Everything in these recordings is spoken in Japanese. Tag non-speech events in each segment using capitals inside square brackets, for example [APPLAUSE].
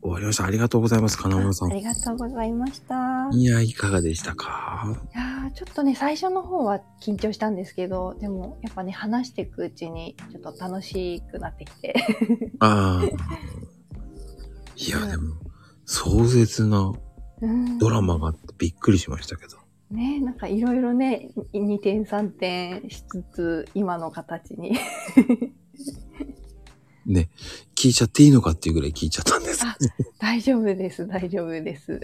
終わりました。ありがとうございます、金村さあん。りがとうございました。いいや、いかがでしたかやーちょっとね、最初の方は緊張したんですけど、でもやっぱね、話していくうちに、ちょっと楽しくなってきて。 [LAUGHS] ああ。いや、うんでも、壮絶なうんドラマがあってびっくりしましたけど。ね、なんかいろいろね、2点3点しつつ、今の形に。 [LAUGHS] ね、聞いちゃっていいのかっていうぐらい聞いちゃったんです。あ大丈夫です、大丈夫です。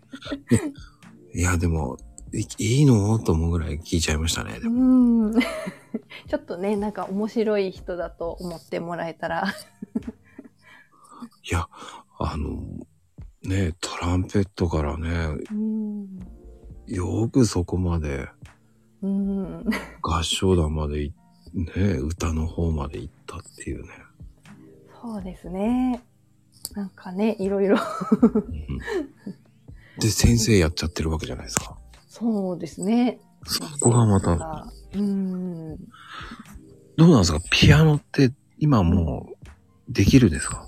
[LAUGHS] いや、でも、いいいのと思うぐらい聞いちゃいましたね。でうもん。 [LAUGHS] ちょっとね、なんか面白い人だと思ってもらえたら。 [LAUGHS] いや、あの、ね、トランペットからね、うん。よくそこまでうん。合唱団までい、ね、歌の方まで行ったっていうね。そうですね。なんかね、いろいろ。うんで、先生やっちゃってるわけじゃないですか。そうですね。そこがまた、うん。どうなんですかピアノって今もうできるんですか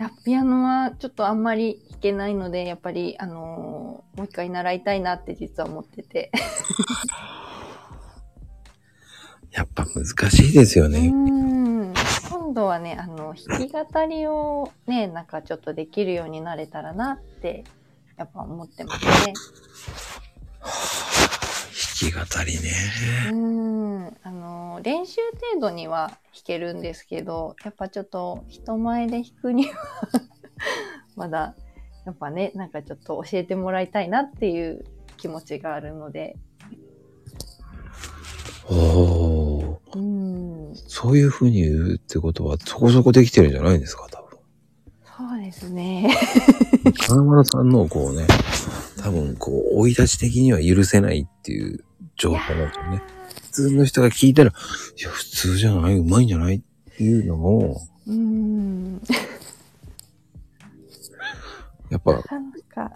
いやピアノはちょっとあんまり弾けないので、やっぱり、あのーもう一回習いたいなって実は思ってて。やっぱ難しいですようね。ん。今度はね、あの、弾き語りをね、なんかちょっとできるようになれたらなって、やっぱ思ってますね。弾き語りね。うん。あのー練習程度には弾けるんですけど、やっぱちょっと人前で弾くには、 [LAUGHS] まだ、やっぱね、なんかちょっと教えてもらいたいなっていう気持ちがあるので、おー。うん。そういう風に言うってことは、そこそこできてるんじゃないんですか多分。そうですね。金丸さんのこうね、多分こう、追い出し的には許せないっていう状態なんですよね。普通の人が聞いたら、いや、普通じゃないうまいんじゃないっていうのも、うーん。やっぱなかなか。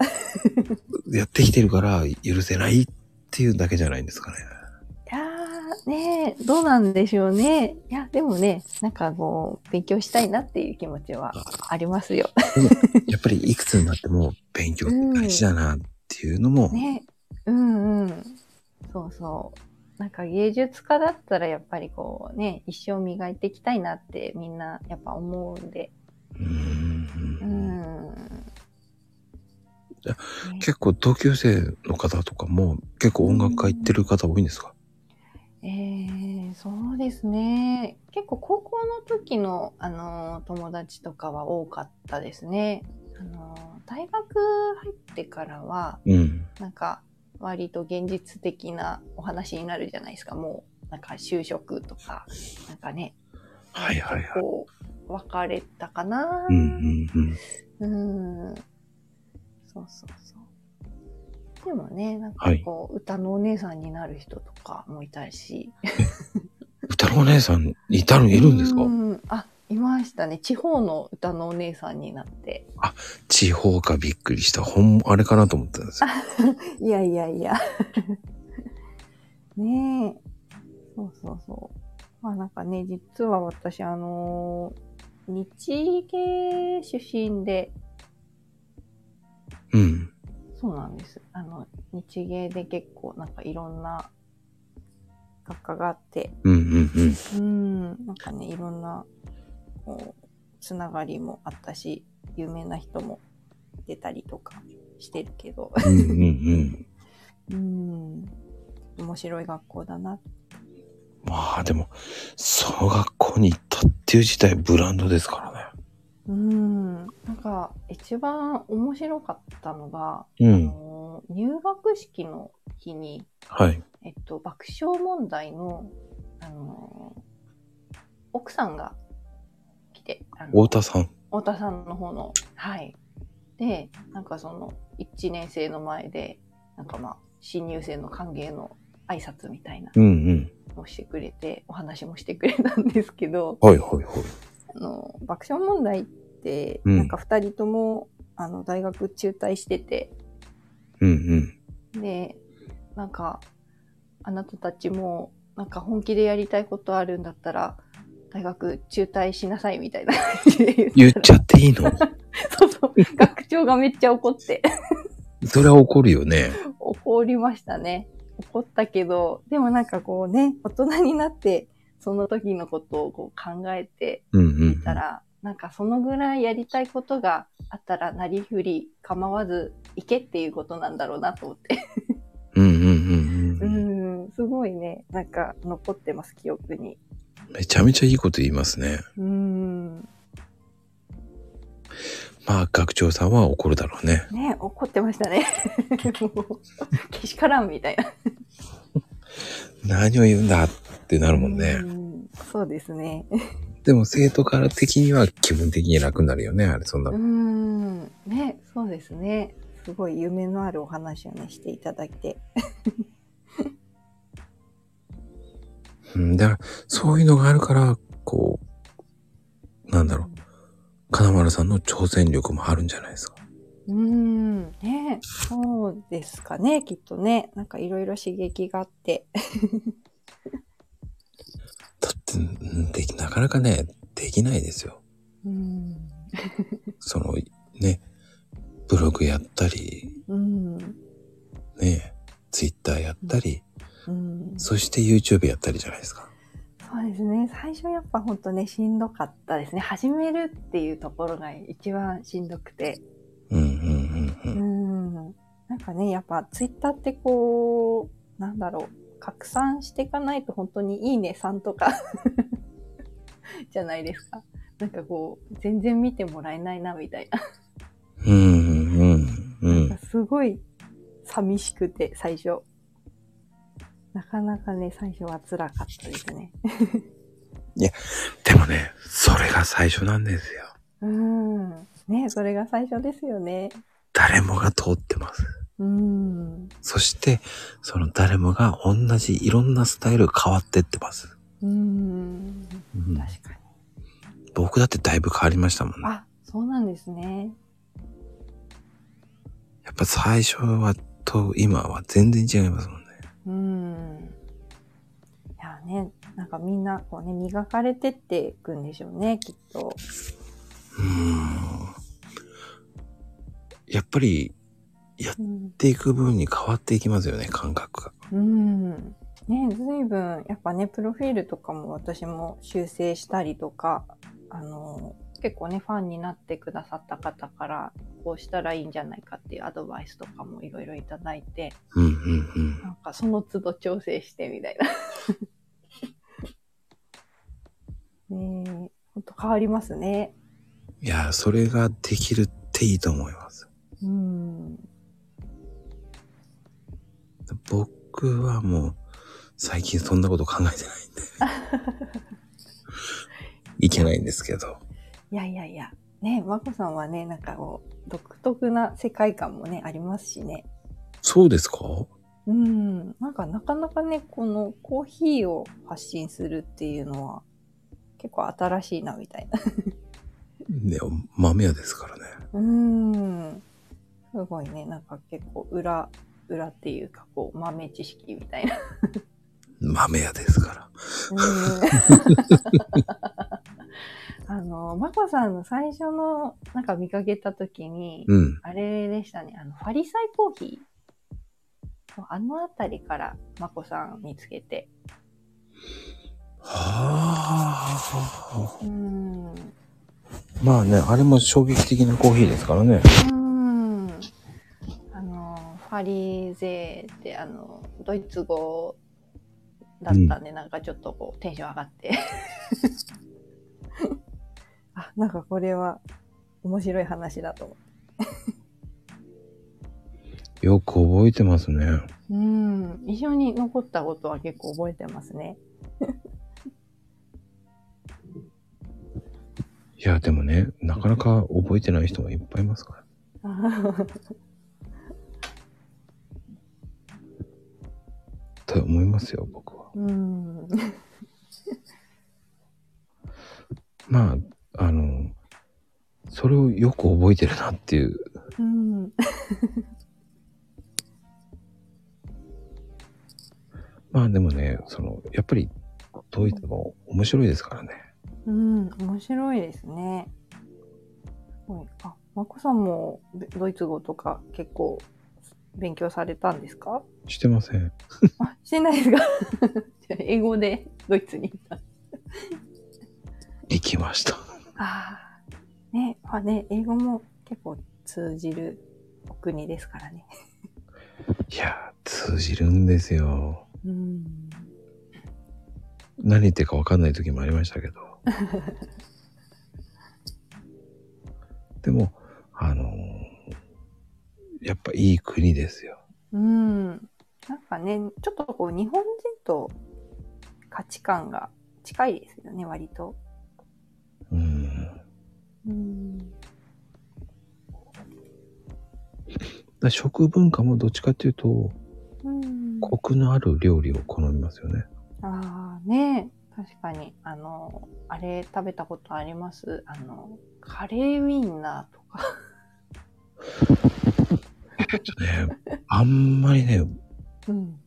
やってきてるから許せないっていうだけじゃないんです [LAUGHS] かね。いやーねえどうなんでしょうね。いや、でもね、なんかこう、勉強したいなっていう気持ちはありますよ。やっぱりいくつになっても勉強って大事だなっていうのも、ね。うんうん。そうそう。なんか芸術家だったらやっぱりこうね、一生磨いていきたいなってみんなやっぱ思うんで。うーんうーん。じゃね結構同級生の方とかも結構音楽家行ってる方多いんですかえー、そうですね。結構高校の時の、あのー友達とかは多かったですね。あのー大学入ってからは、うん。なんか割と現実的なお話になるじゃないですか。もう、なんか就職とか、なんかね、はいはいはい。こう、別れたかな。うんうんうん。うん。そうそうそう。でもね、なんかはいこう、歌のお姉さんになる人とかもいたし。歌のお姉さんいたのいるんですかうんあ、いましたね。地方の歌のお姉さんになって。地方かびっくりした。ほん、あれかなと思ったんですよ。いやいやいや。 [LAUGHS] ねえ。そうそうそう。まあなんかね、実は私、あのー日系出身で、うん。そうなんです。あの、日芸で結構なんかいろんな学科があって、うんうんうん。うん、なんかね、いろんな、こう、つながりもあったし、有名な人も出たりとかしてるけど、うんうんうん。うん、面白い学校だな。まあでも、その学校に行ったっていう自体ブランドですからうん、なんか、一番面白かったのが、ね。うあん。の入学式の日に、はい。えっと、爆笑問題の、あの奥さんが来て、あの太田さん。太田さんの方の。はい。で、なんかその、1年生の前で、なんかまあ、新入生の歓迎の挨拶みたいなうんうん。のをしてくれて、お話もしてくれたんですけど、はいはいはい。あの、爆笑問題って、うんなんか2人とも、あの、大学中退してて、うんうん。で、なんか、あなたたちも、なんか本気でやりたいことあるんだったら、大学中退しなさいみたいな感じで言っったら [LAUGHS] ちゃっていいのは [LAUGHS] そうそう。学長がめっちゃ怒って、それは怒るよね。怒りましたね。怒ったけど、でもなんかこうね、大人になって、その時のことをこう考えてうんうんうん。いたら、なんかそのぐらいやりたいことがあったら、なりふり構わず行けっていうことなんだろうなと思って。うんうんううんうん。ん、すごいね、なんか残ってます、記憶に。めちゃめちゃいいこと言いますね。うん。まあ、学長さんは怒るだろうね。ね、怒って [LAUGHS] ましたね。もう、けしからんみたいな。何を言うんだってなるもんね。うんそうですね。でも生徒から的には気分的に楽になるよね。あれ、そんなうー。ん、ね、そうですね。すごい夢のあるお話をね、していただいて。うん、だから、そういうのがあるから、こう、なんだろう。金丸さんの挑戦力もあるんじゃないですか。うーん、ね、そうですかね、きっとね。なんかいろいろ刺激があって。だって、うんでき、なかなかね、できないですよ。うん、その、ね、ブログやったり、うん、ね、ツイッターやったり、うん。そそして YouTube やったりじゃないですか。うですね。最初やっぱほんとね、しんどかったですね。始めるっていうところが一番しんどくて。うんうんうんう。うんん。なんかね、やっぱツイッターってこう、なんだろう、拡散していかないと本当にいいねさんとか、 [LAUGHS] じゃないですか。なんかこう、全然見てもらえないなみたいな。うんうんうんうん。すごい寂しくて、最初。なかなかね、最初は辛かったですね。でもね、それが最初なんですよ。うん。ね、それが最初ですよね。誰もが通ってます。うん。そして、その誰もが同じいろんなスタイル変わってってます。うん。うん確かに。僕だってだいぶ変わりましたもんね。あ、そうなんですね。やっぱ最初はと今は全然違いますもんね。うん。いやね、なんかみんなこうね、磨かれてっていくんでしょうね、きっと。うーん。やっぱり、やっうん。ていく分に変わっていきますよね、感覚が。うん、ね、ずいぶん、やっぱね、プロフィールとかも私も修正したりとか、あの、結構ね、ファンになってくださった方から、こうしたらいいんじゃないかっていうアドバイスとかもいろいろいただいて、うんうんうん。なんかその都度調整してみたいな。 [LAUGHS] ねえ、ほんと変わりますね。いや、それができるっていいと思います。うん。僕はもう、最近そんなこと考えてないんで。いけないんですけど。いやいやいや。ね、まこさんはね、なんかこう、独特な世界観もね、ありますしね。そうですかうん。なんかなかなかね、このコーヒーを発信するっていうのは、結構新しいな、みたいな。 [LAUGHS] ね、豆屋ですからね。うん。すごいね、なんか結構裏、裏っていうか、こう、豆知識みたいな。豆屋ですから。うん。 [LAUGHS] あの、まこさんの最初の、なんか見かけた時に、うん。あれでしたね。あの、ファリサイコーヒーあのあたりから、まこさん見つけて。はあ。うーん。うまあね、あれも衝撃的なコーヒーですからね。ーん。あの、ファリーゼーって、あの、ドイツ語だったんで、なんかちょっとこう、テンション上がって。 [LAUGHS] あ、なんかこれは面白い話だと思よく覚えてますね。う。うーん。一緒に残ったことは結構覚えてますね。 [LAUGHS] いや、でもね、なかなか覚えてない人もいっぱいいますから。と思いますよ、僕は。うん。まあ、あの、それをよく覚えてるなっていううん。まあでもね、その、やっぱり、ドイツも面白いですからね。うん、面白いですね。すごいあ、まこさんもべドイツ語とか結構勉強されたんですかしてません。あ、してないですか [LAUGHS] じゃあ英語でドイツに行った。行きました。ああ。ね、まあね、英語も結構通じるお国ですからね。いやー、通じるんですよ。うん。何言ってるか分かんない時もありましたけど。 [LAUGHS] でも、あのーやっぱいい国ですよ。うん。なんかね、ちょっとこう、日本人と価値観が近いですよね、割と。うん。うん。だ食文化もどっちかっていうと、うん、コクのある料理を好みますよね。ああ、ね確かに。あの、あれ食べたことありますあの、カレーウィンナーとか。ちょっとね、あんまりね、うん。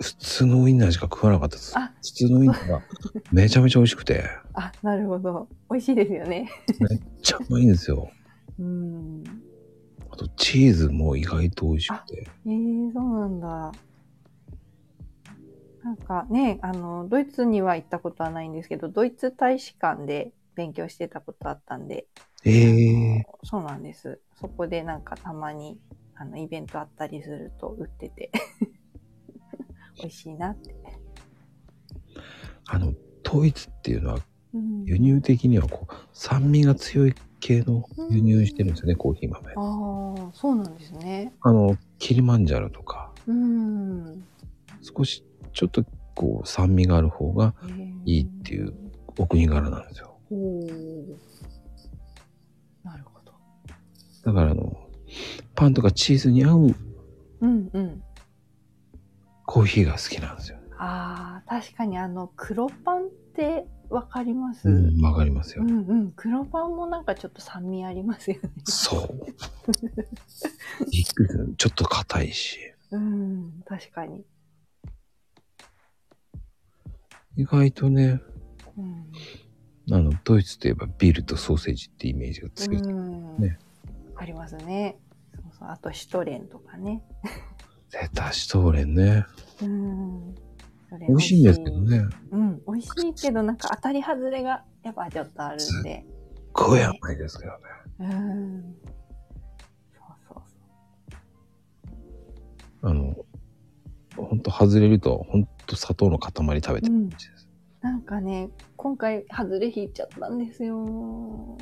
普通のウインナーしか食わなかったです。あ普通のウインナーがめちゃめちゃ美味しくて、あ、なるほど。美味しいですよね。めっちゃうまいんですよ。うん。あとチーズも意外と美味しくて。ええそうなんだ。なんかね、あの、ドイツには行ったことはないんですけど、ドイツ大使館で勉強してたことあったんで、ええそうなんです。そこでなんかたまに、あの、イベントあったりすると売ってて、 [LAUGHS] 美味しいなって。あの、ドイツっていうのはうん輸入的にはこう、酸味が強い系の輸入してるんですよね、コーヒー豆。ああ、そうなんですね。あの、キリマンジャロとか、うん。少し、ちょっとこう、酸味がある方がいいっていうお国柄なんですよ。おおー。なるほど。だからあの、パンとかチーズに合ううんうん。コーヒーが好きなんですよ。ああ、確かにあの、黒パンってわかります、ううんん、、わかりますうよ。ん黒パンもなんかちょっと酸味ありますよね。そう。びっくりする。ちょっと硬いし。うん、確かに。意外とね、うん。あの、ドイツといえばビールとソーセージってイメージが強い。うんねありますね。そうそう。あと、シュトレンとかね。セタシトーレンね。うん。それ美味しいんですけど。ね。うん、美味しいけど、なんか当たり外れがやっぱちょっとあるんで。ごや甘いですけどね。うん。そうそうあの、ほんと外れると、ほんと砂糖の塊食べてる感じです。なんかね、今回、外れ引いちゃったんですよ。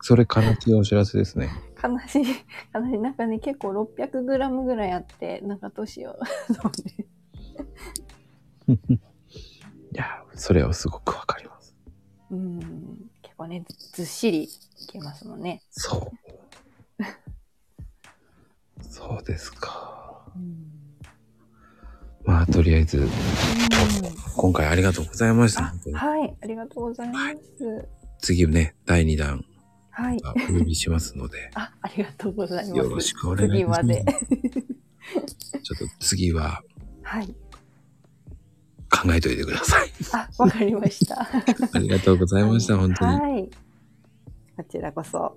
それ悲しいお知らせですね。悲しい、悲しい。なんかね、結構 600g ぐらいあって、なんかどうしよう。そうねいや、それはすごくわかります。うん。結構ね、ずずっしりいけますもんね。そう。 [LAUGHS] そうですか。うん。まあ、とりあえず、今回ありがとうございました。あ本当にはい、ありがとうございます。次ね、第2弾、はい。、あお呼びしますのであ、ありがとうございます。よろしくお願いします。次まで。ちょっと次ははい。考えといてください。あ、わかりました。ありがとうございました、本当に。はい。こちらこそ。